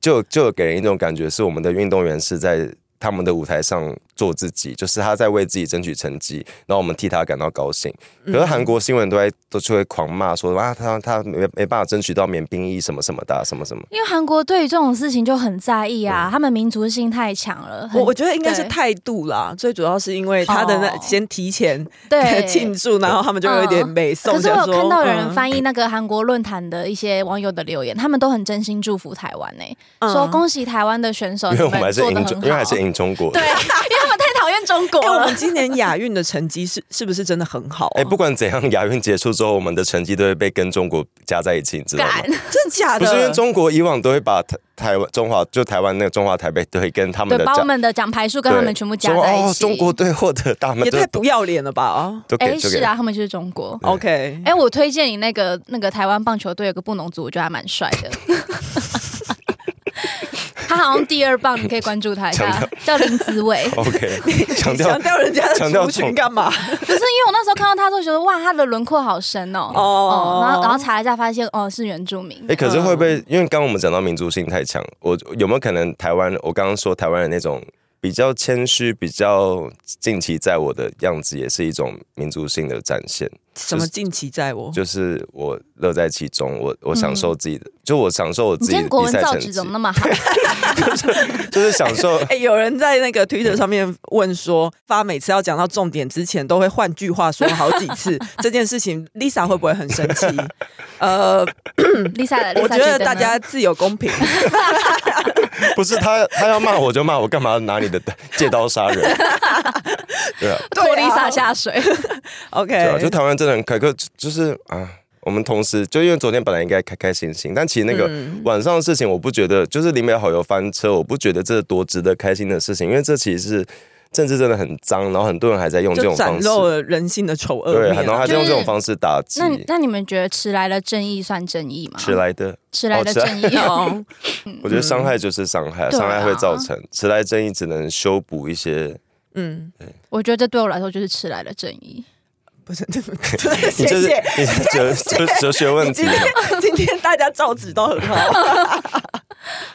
Speaker 2: 就就给人一种感觉，是我们的运动员是在他们的舞台上做自己，就是他在为自己争取成绩，然后我们替他感到高兴。可是
Speaker 3: 嗯
Speaker 2: 韩国新闻都在都就会狂骂说啊，他他没没办法争取到免兵役什么什么的啊、什么什么。
Speaker 3: 因为韩国对于这种事情就很在意啊，他们民族性太强了。很
Speaker 1: 我我觉得应该是
Speaker 3: 对
Speaker 1: 态度啦，最主要是因为他的那
Speaker 3: 哦
Speaker 1: 先提前
Speaker 3: 对嗯
Speaker 1: 庆祝，然后他们就有点美送。
Speaker 3: 可是我
Speaker 1: 想
Speaker 3: 有
Speaker 1: 说嗯
Speaker 3: 看到有人翻
Speaker 1: 译
Speaker 3: 译那个韩国论坛的一些网友的留言，他们都很真心祝福台湾呢、欸
Speaker 1: 嗯
Speaker 3: 说恭喜台湾的选手，
Speaker 2: 因为我们还是
Speaker 3: 哦你
Speaker 2: 赢
Speaker 3: 们
Speaker 2: 中，
Speaker 3: 做的很好，
Speaker 2: 因为还是赢中国的
Speaker 3: 对，因。 为他们太讨厌中国
Speaker 1: 哎、我
Speaker 3: 了。
Speaker 1: 们今年亚运的成绩是 是不是真的很好、啊？
Speaker 2: 哎、不管怎样，亚运结束之后，我们的成绩都会被跟中国加在一起，你知道吗
Speaker 3: 敢？
Speaker 1: 真的假
Speaker 2: 不
Speaker 1: 的？
Speaker 2: 是因为中国以往都会把台台湾中华就台湾那个中华台北队跟他们
Speaker 3: 对，
Speaker 2: 的
Speaker 3: 把我
Speaker 2: 加
Speaker 3: 们的奖牌数跟他们
Speaker 2: 对
Speaker 3: 全部加在一
Speaker 2: 说哦，
Speaker 3: 起。
Speaker 2: 中国队获得大满
Speaker 1: 也
Speaker 2: 贯
Speaker 1: 太不要脸了吧
Speaker 2: 都
Speaker 3: 哎、
Speaker 2: 给就给
Speaker 3: 是啊，他们就是中国。
Speaker 1: ！OK，
Speaker 3: 哎、我推荐你那个那个台湾棒球队有个布农族，我觉得还蛮帅的。他好像第二棒，你可以关注他一下，叫林子伟。
Speaker 2: OK，强 调
Speaker 1: 强调人家
Speaker 2: 强调
Speaker 1: 的族群干嘛？
Speaker 3: 不是因为我那时候看到他的时候觉得哇，他的轮廓好深哦。
Speaker 1: 哦
Speaker 3: 哦，然后然后查一下发现哦是原住民
Speaker 2: 哎、。可是会不
Speaker 3: 嗯
Speaker 2: 会因为刚刚我们讲到民族性太强，我有没有可能台湾？我刚刚说台湾人那种比较谦虚、比较近其在我的样子，也是一种民族性的展现。
Speaker 1: 什么近期在
Speaker 3: 哦
Speaker 1: 我？
Speaker 2: 就是我乐在其中，我我享受自己的，就我享受我自
Speaker 3: 嗯
Speaker 2: 己
Speaker 3: 你今
Speaker 2: 的
Speaker 3: 天国
Speaker 2: 比
Speaker 3: 文
Speaker 2: 赛
Speaker 3: 造
Speaker 2: 成
Speaker 3: 纸
Speaker 2: 绩，
Speaker 3: 怎么那 么好？
Speaker 2: 就是享受。
Speaker 1: 哎、有人在那个 Twitter 上面问说，发每次要讲到重点之前，都会换句话说好几 次这件事情，Lisa 会不会很生气？呃，
Speaker 3: Lisa 的，Lisa
Speaker 1: 我觉得
Speaker 3: 呢
Speaker 1: 大家自有公 平。
Speaker 2: 不是他他要骂我就骂我，干嘛拿你的借刀杀人？ 对啊，
Speaker 3: 拖
Speaker 1: 对啊
Speaker 3: Lisa 下水，
Speaker 2: 对啊，就
Speaker 1: OK，
Speaker 2: 台湾真的很可可，就就是啊，我们同时就因为昨天本来应该开开心心，但其实那个
Speaker 1: 嗯
Speaker 2: 晚上的事情，我不觉得就是林美好友翻车，我不觉得这是多值得开心的事情，因为这其实是政治真的很脏，然后很多人还在用这
Speaker 1: 就
Speaker 2: 种
Speaker 1: 展
Speaker 2: 方式，
Speaker 1: 露了人性的丑恶
Speaker 2: 对，
Speaker 1: 面啊。
Speaker 2: 然 后还在用这种方式打击
Speaker 3: 那你那你们觉得迟来的正义算正义吗？
Speaker 2: 迟来的。
Speaker 3: 迟来的
Speaker 2: 哦迟来
Speaker 3: 正 义哦，
Speaker 1: 嗯
Speaker 2: 我觉得伤害就是伤害，
Speaker 3: 对啊
Speaker 2: 伤害会造成迟来正义，只能修补一些。
Speaker 1: 嗯，
Speaker 3: 我觉得这对我来说就是迟来的正义。
Speaker 1: 不是，
Speaker 2: 你
Speaker 1: 谢
Speaker 2: 这是
Speaker 1: 谢。
Speaker 2: 你是哲 哲哲学问题啊
Speaker 1: 今。天 今天大家造纸都很好。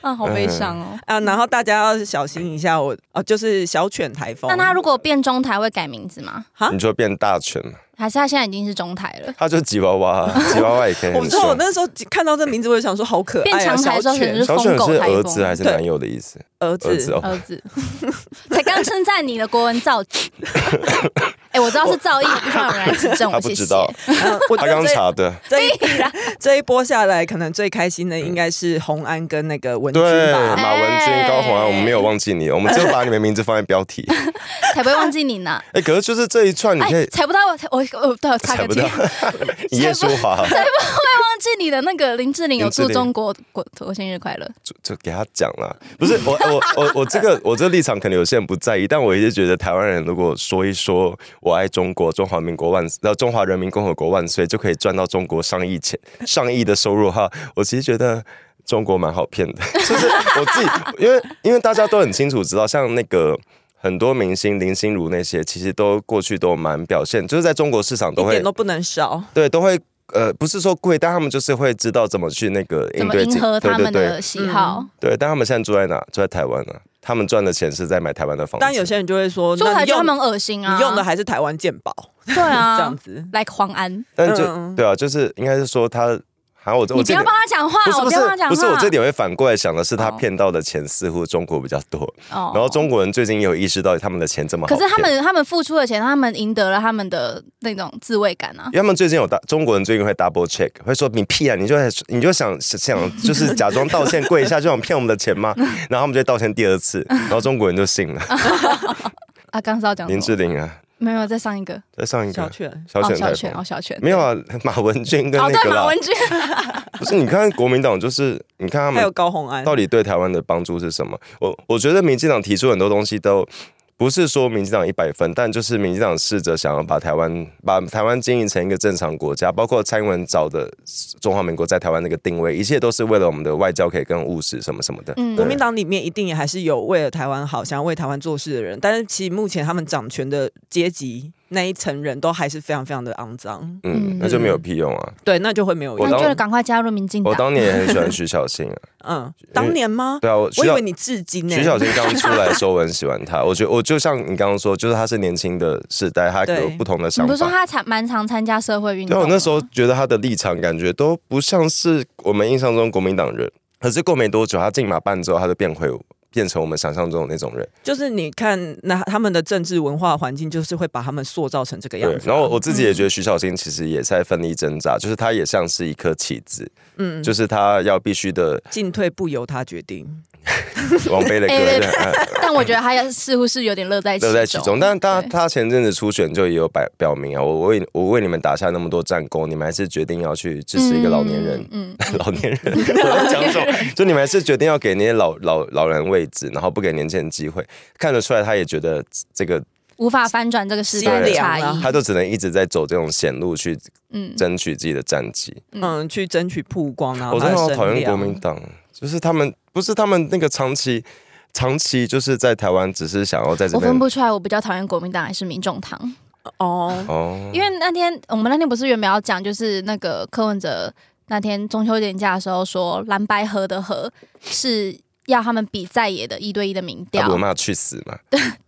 Speaker 3: 啊，好悲伤
Speaker 2: 嗯
Speaker 3: 哦。
Speaker 1: 啊，然后大家要小心一下我，哦、就是小犬台风。
Speaker 2: 哦
Speaker 3: 但他如果变中台会改名字吗？
Speaker 2: 你就变大权了，
Speaker 3: 还是他现在已经是中台了？
Speaker 2: 他就吉娃娃，吉娃娃也可以
Speaker 1: 我
Speaker 2: 很
Speaker 1: 不知道，我
Speaker 2: 凶。
Speaker 1: 那时候看到这名字，我就想说好可爱、
Speaker 3: 变
Speaker 1: 啊。
Speaker 3: 长台的时候
Speaker 1: 小
Speaker 3: 可
Speaker 1: 犬
Speaker 3: 能是
Speaker 2: 小
Speaker 3: 疯嗯
Speaker 2: 犬
Speaker 3: 狗
Speaker 2: 是
Speaker 3: 台
Speaker 2: 儿子
Speaker 3: 风。
Speaker 2: 还是男友的意思？
Speaker 1: 儿
Speaker 2: 儿子
Speaker 1: 子，
Speaker 2: 哦，
Speaker 3: 儿子， 才刚称赞你的国文造 诣。哎、我知道是造诣，不需要有人来指正
Speaker 2: 他
Speaker 3: 我，
Speaker 2: 不
Speaker 3: 谢
Speaker 2: 知
Speaker 3: 谢。
Speaker 2: 道，
Speaker 1: 嗯我觉
Speaker 2: 他
Speaker 1: 得
Speaker 2: 刚
Speaker 1: 这
Speaker 2: 查的。
Speaker 1: 这一这一波下来，可能最开心的应该是红安跟那个文君
Speaker 2: 对，
Speaker 1: 吧。
Speaker 2: 马文君、
Speaker 3: 哎
Speaker 2: 高啊洪安，我们没有忘记你，我们只有把你们名字放在标题。
Speaker 3: 才不会忘记你呢。
Speaker 2: 哎，可是就是这一 串，你
Speaker 3: 哎、
Speaker 2: 可以
Speaker 3: 踩不到我，我我对，我插
Speaker 2: 踩
Speaker 3: 个
Speaker 2: 不
Speaker 3: 题，
Speaker 2: 到
Speaker 3: 忘。哎
Speaker 2: 一夜舒华，
Speaker 3: 记你的那个林志玲有
Speaker 2: 林
Speaker 3: 祝
Speaker 2: 志玲
Speaker 3: 中国 国国生日快乐。
Speaker 2: 就就给他讲了。不是我我我我这个我这个立场可能有些人不在意，但我一直觉得台湾人如果说一说“我爱中国，中华民国万岁”，然后“中华人民共和国万岁”，就可以赚到中国上亿钱上亿的收入的话，我其实觉得。中国蛮好骗的， 就是我自己，因为因为大家都很清楚知道，像那个很多明星林心如那些，其实都过去都蛮表现，就是在中国市场都
Speaker 1: 一
Speaker 2: 会
Speaker 1: 点都不能少，
Speaker 2: 对都会呃，不是说贵，但他们就是会知道怎么去那个
Speaker 3: 怎
Speaker 2: 应
Speaker 3: 么
Speaker 2: 对
Speaker 3: 迎
Speaker 2: 竞
Speaker 3: 合他
Speaker 2: 对对
Speaker 3: 们
Speaker 2: 对
Speaker 3: 的喜好？
Speaker 2: 对，但他们现在住在哪？住在台湾啊。他们赚的钱是在买台湾的房子。
Speaker 1: 但有些人就会说，嗯
Speaker 3: 中
Speaker 1: 那
Speaker 3: 台
Speaker 1: 你
Speaker 3: 就他
Speaker 1: 用
Speaker 3: 们恶心啊！
Speaker 1: 你用的还是台湾健保
Speaker 3: 对
Speaker 1: 这
Speaker 3: 啊
Speaker 1: 样子。
Speaker 3: ，like 黄安，
Speaker 2: 但就
Speaker 1: 嗯
Speaker 2: 对啊，就是应该是说他还有我这
Speaker 3: 你
Speaker 2: 我
Speaker 3: 不
Speaker 2: 这
Speaker 3: 要
Speaker 2: 点
Speaker 3: 帮他讲话
Speaker 2: 不，是
Speaker 3: 我
Speaker 2: 不
Speaker 3: 要帮他
Speaker 2: 是
Speaker 3: 讲
Speaker 2: 不
Speaker 3: 话。
Speaker 2: 是，我这点会反过来想的是，他
Speaker 3: 哦
Speaker 2: 骗到的钱似乎中国比较多，
Speaker 3: 哦
Speaker 2: 然后中国人最近也有意识到他们的钱这么好
Speaker 3: 可
Speaker 2: 骗，
Speaker 3: 是他们他们付出的钱，他们赢得了他们的那种自卫感啊
Speaker 2: 因。为他们最近有大中国人最近会 double check，会说你屁啊，你就在你就想想就是假装道歉跪一下就想骗我们的钱吗？ 然后他们就道歉第二次，然后中国人就信
Speaker 3: 哦
Speaker 2: 了。
Speaker 3: 啊，刚是要讲什么
Speaker 2: 林志玲啊，
Speaker 3: 没有再上一个
Speaker 2: 再上一
Speaker 1: 小
Speaker 2: 个
Speaker 1: 犬
Speaker 2: 小
Speaker 3: 哦
Speaker 2: 犬
Speaker 3: 小
Speaker 2: 太
Speaker 3: 犬哦
Speaker 2: 疯，
Speaker 3: 小犬
Speaker 2: 没有啊，马文君跟
Speaker 3: 哦
Speaker 2: 那个
Speaker 3: 对马
Speaker 2: 啦，
Speaker 3: 文君
Speaker 2: 不是你看国民党就是你看他
Speaker 1: 还
Speaker 2: 们
Speaker 1: 有高红安，
Speaker 2: 到底对台湾的帮助是什么？我我觉得民进党提出很多东西都不是说民进党一百分，但就是民进党试着想要把台湾把台湾经营成一个正常国家，包括蔡英文找的中华民国在台湾那个定位，一切都是为了我们的外交可以更务实什么什么的。
Speaker 3: 嗯
Speaker 2: 对
Speaker 1: 国民党里面一定也还是有为了台湾好、想要为台湾做事的人，但是其实目前他们掌权的阶级那一层人都还是非常非常的肮脏，
Speaker 2: 嗯，那就没有屁用啊！
Speaker 1: 对，那就会没有
Speaker 2: 我
Speaker 3: 那
Speaker 1: 用
Speaker 3: 你
Speaker 2: 当。
Speaker 3: 就赶快加入民进
Speaker 2: 我
Speaker 3: 党。
Speaker 2: 当年也很喜欢徐小新啊，
Speaker 1: 嗯，当年吗？
Speaker 2: 对啊，我徐
Speaker 1: 我以
Speaker 2: 小
Speaker 1: 为你至今欸呢、
Speaker 2: 徐小新刚出来的时候，我很喜欢他。我觉得我就像你刚刚说，就是他是年轻的时代，他有
Speaker 1: 对
Speaker 2: 不同的想
Speaker 3: 你
Speaker 2: 法。
Speaker 3: 不是说他常蛮常参加社会运
Speaker 2: 对
Speaker 3: 动
Speaker 2: 啊，
Speaker 3: 吗？
Speaker 2: 我那时候觉得他的立场感觉都不像是我们印象中国民党人，可是过没多久，他进马办之后，他就变回变成我们想象中的那种人。
Speaker 1: 就是你看，那他们的政治文化环境就是会把他们塑造成这个样
Speaker 2: 对
Speaker 1: 子，。啊
Speaker 3: 嗯
Speaker 2: 然后我自己也觉得徐小新其实也在奋力挣扎，就是他也像是一颗棋子，
Speaker 1: 嗯，
Speaker 2: 就是他要必须的
Speaker 1: 进退不由他决定。
Speaker 2: 王菲 的歌
Speaker 3: 哎
Speaker 2: 对哎
Speaker 3: 但我觉得他也似乎是有点乐在
Speaker 2: 乐在其中。但他
Speaker 3: 对
Speaker 2: 他前阵子初选就也有表表明啊，我我为我为你们打下那么多战功，你们还是决定要去支持一个老年人。
Speaker 3: 嗯，
Speaker 2: 老年人，我在讲什 么？就你们还是决定要给那些老老老人位置，然后不给年轻人机会，看得出来他也觉得这个，
Speaker 3: 无法翻转这个时代的
Speaker 1: 心
Speaker 3: 差
Speaker 1: 凉
Speaker 3: 异
Speaker 1: 了。
Speaker 2: 他就只能一直在走这种险路去
Speaker 3: 嗯，
Speaker 2: 争取自己的战绩。
Speaker 1: 嗯，去争取曝光啊！
Speaker 2: 我真的好
Speaker 1: 还有
Speaker 2: 讨
Speaker 1: 声
Speaker 2: 厌
Speaker 1: 量
Speaker 2: 国民党，就是他们不是他们那个长期长期就是在台湾，只是想要在这
Speaker 3: 我
Speaker 2: 边
Speaker 3: 分不出来，我比较讨厌国民党还是民众党，
Speaker 1: 哦，
Speaker 2: 哦，
Speaker 3: 因为那天我们那天不是原本要讲，就是那个柯文哲那天中秋年假的时候说蓝白合的合是要他们比在野的一对一的民
Speaker 2: 他
Speaker 3: 调，
Speaker 2: 不骂去死嘛？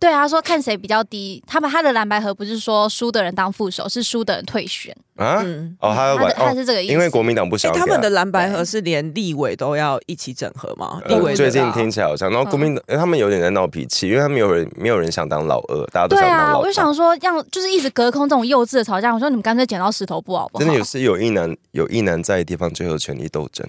Speaker 3: 对啊，他说看谁比较低，他把他的蓝白合不是说输的人当副手，是输的人退选，
Speaker 2: 啊，
Speaker 1: 嗯，
Speaker 2: 哦，他要
Speaker 3: 他
Speaker 2: 玩
Speaker 3: 的他
Speaker 2: 哦，
Speaker 3: 是这个意思，
Speaker 2: 因为国民党不
Speaker 1: 哎、
Speaker 2: 想要
Speaker 1: 他
Speaker 2: 给
Speaker 1: 们的蓝白合是连立委都要一起整合吗？立
Speaker 2: 呃
Speaker 1: 委的
Speaker 2: 最近
Speaker 1: 啦
Speaker 2: 听起来好像，然后国民党、他们有点在闹脾气，因为他们有人没有人想当老二，大家都
Speaker 3: 对
Speaker 2: 想当老
Speaker 3: 啊，
Speaker 2: 大。
Speaker 3: 我就想说，让就是一直隔空这种幼稚的吵架，我说你们干脆剪刀石头布好不好？
Speaker 2: 真的有是有一男有一男在的地方就有权力斗争，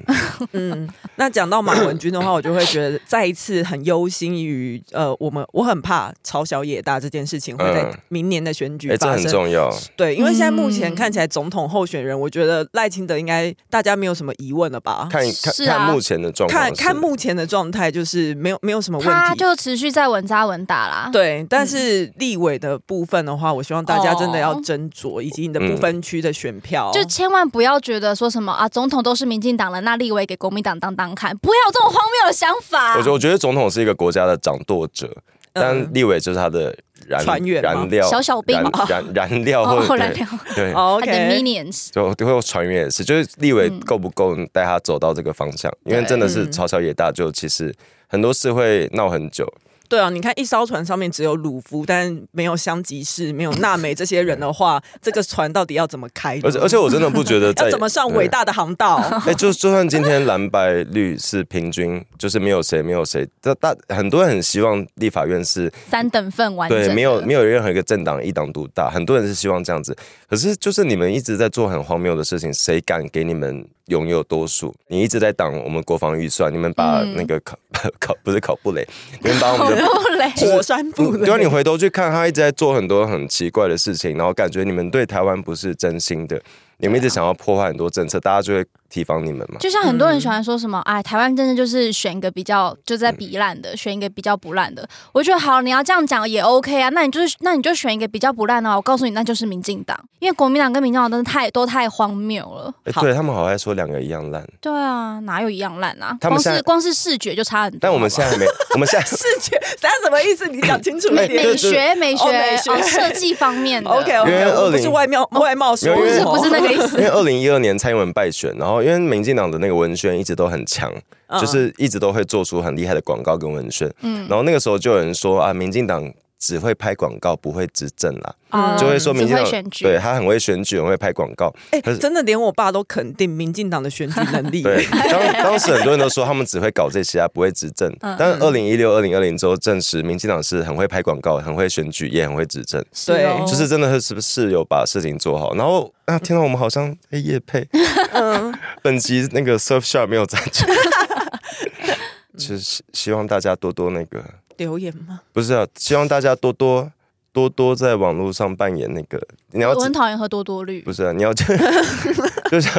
Speaker 1: 嗯，那讲到马文君的话，我就会觉得 再一次很忧心于呃，我们我很怕朝小野大这件事情会在
Speaker 2: 嗯
Speaker 1: 明年的选 举
Speaker 2: 哎、这
Speaker 1: 发哦
Speaker 2: 很
Speaker 1: 生。
Speaker 2: 重要。
Speaker 1: 对，因为现在目前
Speaker 3: 嗯
Speaker 1: 看起来总统候选人，我觉得赖清德应该大家没有什么疑问了吧？
Speaker 2: 看看、
Speaker 3: 是啊
Speaker 2: 看目前的状况是，
Speaker 1: 看看目前的状态，就是没有没有什么问
Speaker 3: 他
Speaker 1: 题。
Speaker 3: 就嗯持续在稳扎稳打啦。，
Speaker 1: 对，但是立委的部分的话，我希望大家真的要斟酌，以及你的
Speaker 2: 嗯
Speaker 1: 不分区的选
Speaker 2: 啊
Speaker 1: 票。
Speaker 3: 哦就千万不要觉得说什么啊，总统都是民进党了，那立委给国民党当当看，不要有这种荒谬的想法。
Speaker 2: 我觉得我觉得总统是一个国家的掌舵者，但
Speaker 1: 嗯，
Speaker 2: 立委就是他的燃
Speaker 1: 船员吗
Speaker 2: 燃料
Speaker 3: 小小兵
Speaker 2: 燃
Speaker 3: 哦
Speaker 2: 燃燃料或
Speaker 3: 哦，
Speaker 2: 者
Speaker 3: 燃料，
Speaker 2: 对。对
Speaker 1: 哦
Speaker 3: 他的
Speaker 1: OK，
Speaker 3: minions，
Speaker 2: 就会船员也是，就是立委
Speaker 3: 嗯
Speaker 2: 够不够带他走到这个方向？因为
Speaker 3: 对
Speaker 2: 真的是
Speaker 1: 嗯
Speaker 2: 朝小野大，就其实很多事会闹很久。
Speaker 1: 对啊，你看一艘船上面只有鲁夫，但没有香吉士，没有娜美这些人的话，这个船到底要怎么开呢？
Speaker 2: 而且而且我真的不觉得
Speaker 1: 嗯
Speaker 2: 在
Speaker 1: 要怎么上伟大的航道？
Speaker 3: 哦
Speaker 2: 哎、就就算今天蓝白绿是平均，就是没有谁没有谁，大大很多人很希望立法院是
Speaker 3: 三等份完整的。
Speaker 2: 对没有没有任何一个政党一党独大，很多人是希望这样子。可是就是你们一直在做很荒谬的事情，谁敢给你们拥有多数？你一直在挡我们国防预算，你们把
Speaker 3: 嗯
Speaker 2: 那个考、 考不是考布雷，你们把我们的
Speaker 3: 不嘞，
Speaker 1: 火山部
Speaker 2: 嗯
Speaker 1: 的，
Speaker 2: 对啊，你回头去看，他一直在做很多很奇怪的事情，然后感觉你们对台湾不是真心的，你们一直想要破坏很多政策，大家就会提防你们嘛。
Speaker 3: 就像很多人喜欢说什么，哎，台湾真的就是选一个比较就在比烂的，选一个比较不烂的。我觉得好，你要这样讲也 OK 啊，那你就是那你就选一个比较不烂的啊。我告诉你，那就是民进党，因为国民党跟民进党真的太都太荒谬了。
Speaker 2: 哎
Speaker 1: 好
Speaker 2: 对他们好爱说两个一样烂，
Speaker 3: 对啊，哪有一样烂啊？
Speaker 2: 他们
Speaker 3: 光
Speaker 2: 现在
Speaker 3: 是光是视觉就差很多。
Speaker 2: 但我们现在还没，我们现在
Speaker 1: 视觉，咱什么意思？你讲清楚一
Speaker 2: 哎
Speaker 1: 点
Speaker 2: 对。
Speaker 3: 美 学美学
Speaker 1: 哦美学
Speaker 3: 哦设计方面的
Speaker 1: OK
Speaker 2: 因为
Speaker 1: OK，我不是
Speaker 2: 20
Speaker 1: 外貌外貌说，
Speaker 2: 没有因为
Speaker 3: 不是不是那个意 思
Speaker 2: 因为二零一二年蔡英文败选，然后因为民进党的那个文宣一直都很强，
Speaker 1: 嗯
Speaker 2: 就是一直都会做出很厉害的广告跟文宣，
Speaker 3: 嗯
Speaker 2: 然后那个时候就有人说啊，民进党只会拍广告，不会执政啦，
Speaker 3: 哦
Speaker 2: 嗯就会说民
Speaker 3: 只
Speaker 2: 进
Speaker 3: 会
Speaker 2: 党
Speaker 3: 选举，
Speaker 2: 对他很会选举，很会拍广告。
Speaker 1: 哎、
Speaker 2: 可是
Speaker 1: 真的连我爸都肯定民进党的选举能
Speaker 3: 嗯
Speaker 1: 力。
Speaker 2: 对，当当时很多人都说他们只会搞这些啊，不会执政。
Speaker 3: 嗯
Speaker 2: 但二零一六、二零二零之后证实，民进党是很会拍广告，很会选举，也很会执政。
Speaker 3: 是哦
Speaker 2: 就是真的是是不是有把事情做好？然后啊，天哪，我们好像在夜配。本集那个 Surfshark 没有赞助，就是希望大家多多那个，
Speaker 1: 留言吗？
Speaker 2: 不是啊，希望大家多多多多在网络上扮演那个，你要
Speaker 3: 我很讨厌喝多多绿
Speaker 2: 不，是啊，你要 就像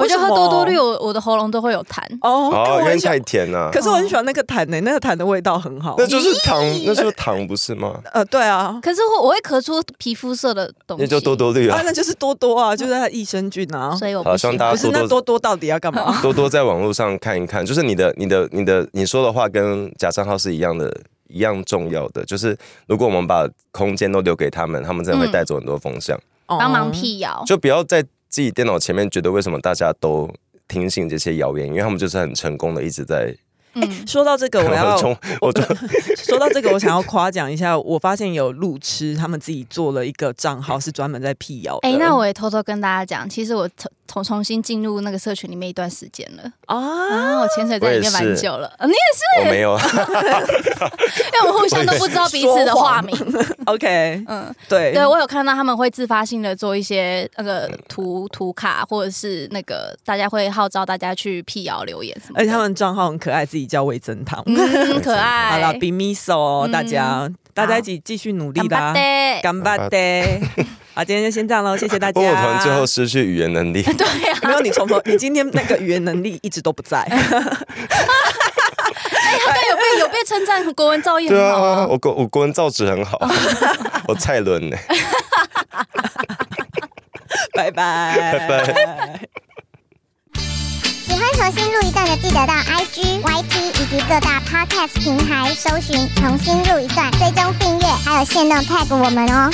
Speaker 3: 我觉得
Speaker 1: 为什
Speaker 3: 喝
Speaker 1: 么
Speaker 3: 多多绿，我我的喉咙都会有痰。
Speaker 1: 哦，哎
Speaker 2: 哦，
Speaker 1: 我
Speaker 2: 因为
Speaker 1: 很喜
Speaker 2: 太
Speaker 1: 欢，
Speaker 2: 甜了、
Speaker 1: 可是
Speaker 3: 哦
Speaker 1: 我很喜欢那个痰呢、那个痰的味道很好
Speaker 2: 那。就是糖，那就是糖不是吗？
Speaker 1: 呃，对啊，
Speaker 3: 可是我我会咳出皮肤色的东西，
Speaker 2: 那就多，多绿
Speaker 1: 啊
Speaker 2: 啊，，
Speaker 1: 那就是多多啊，就是它的益生菌啊。
Speaker 3: 所以我
Speaker 2: 好
Speaker 3: 不
Speaker 2: 希望
Speaker 3: 行。
Speaker 2: 大
Speaker 1: 不
Speaker 2: 家
Speaker 1: 是，那多多到底要干 嘛？
Speaker 2: 多多在网络上看一看，就是你的、你的、你的，你说的话跟假账号是一样的，一样重要的。就是如果我们把空间都留给他们，他们真的会带走很多风向。
Speaker 3: 帮忙
Speaker 1: 哦
Speaker 3: 辟谣，
Speaker 2: 就不要在自己电脑前面觉得为什么大家都听信这些谣言，因为他们就是很成功的一直在。
Speaker 3: 嗯，
Speaker 1: 哎说到这个， 我要
Speaker 2: 从 我从
Speaker 1: 说到这个，我想要夸奖一下，我发现有路痴他们自己做了一个账号，是专门在辟谣的。
Speaker 3: 哎、那我也偷偷跟大家讲，其实我重重重新进入那个社群里面一段时间了
Speaker 1: 啊，
Speaker 3: 啊，我潜水在里面
Speaker 2: 我也
Speaker 3: 蛮
Speaker 2: 是
Speaker 3: 久了， 呃你
Speaker 2: 我 没有，
Speaker 3: 也因为我们互相都不知道彼此的化名，
Speaker 1: OK，
Speaker 3: 嗯，
Speaker 1: 对
Speaker 3: 对我有看到他们会自发性的做一些那个图图卡，或者是那个大家会号召大家去辟谣留言什么的，
Speaker 1: 而且他们账号很可爱，自己叫味增汤。
Speaker 3: 嗯很可爱，
Speaker 1: 好了，比米手，
Speaker 3: 嗯
Speaker 1: 大家大家一起继续努力啦，
Speaker 3: 干巴
Speaker 1: 干巴的。好，今天就先这样喽，谢谢大
Speaker 2: 不
Speaker 1: 家。
Speaker 2: 过我突然最后失去语言能 力。
Speaker 3: 对啊呀、
Speaker 1: 没有你从头，你今天那个语言能力一直都不 在。
Speaker 3: 他刚有被有被称赞国文造诣
Speaker 2: 对
Speaker 3: 很好
Speaker 2: 啊，
Speaker 3: 啊，
Speaker 2: 我国我国文造纸很
Speaker 1: 哦
Speaker 2: 好， 我蔡伦呢、
Speaker 1: 拜拜，
Speaker 2: 拜
Speaker 1: 拜。
Speaker 4: 喜欢重新录一段的，记得到 IG、YT 以及各大 Podcast 平台搜寻“重新录一段”，追踪订阅，还有限定 tag 我们哦。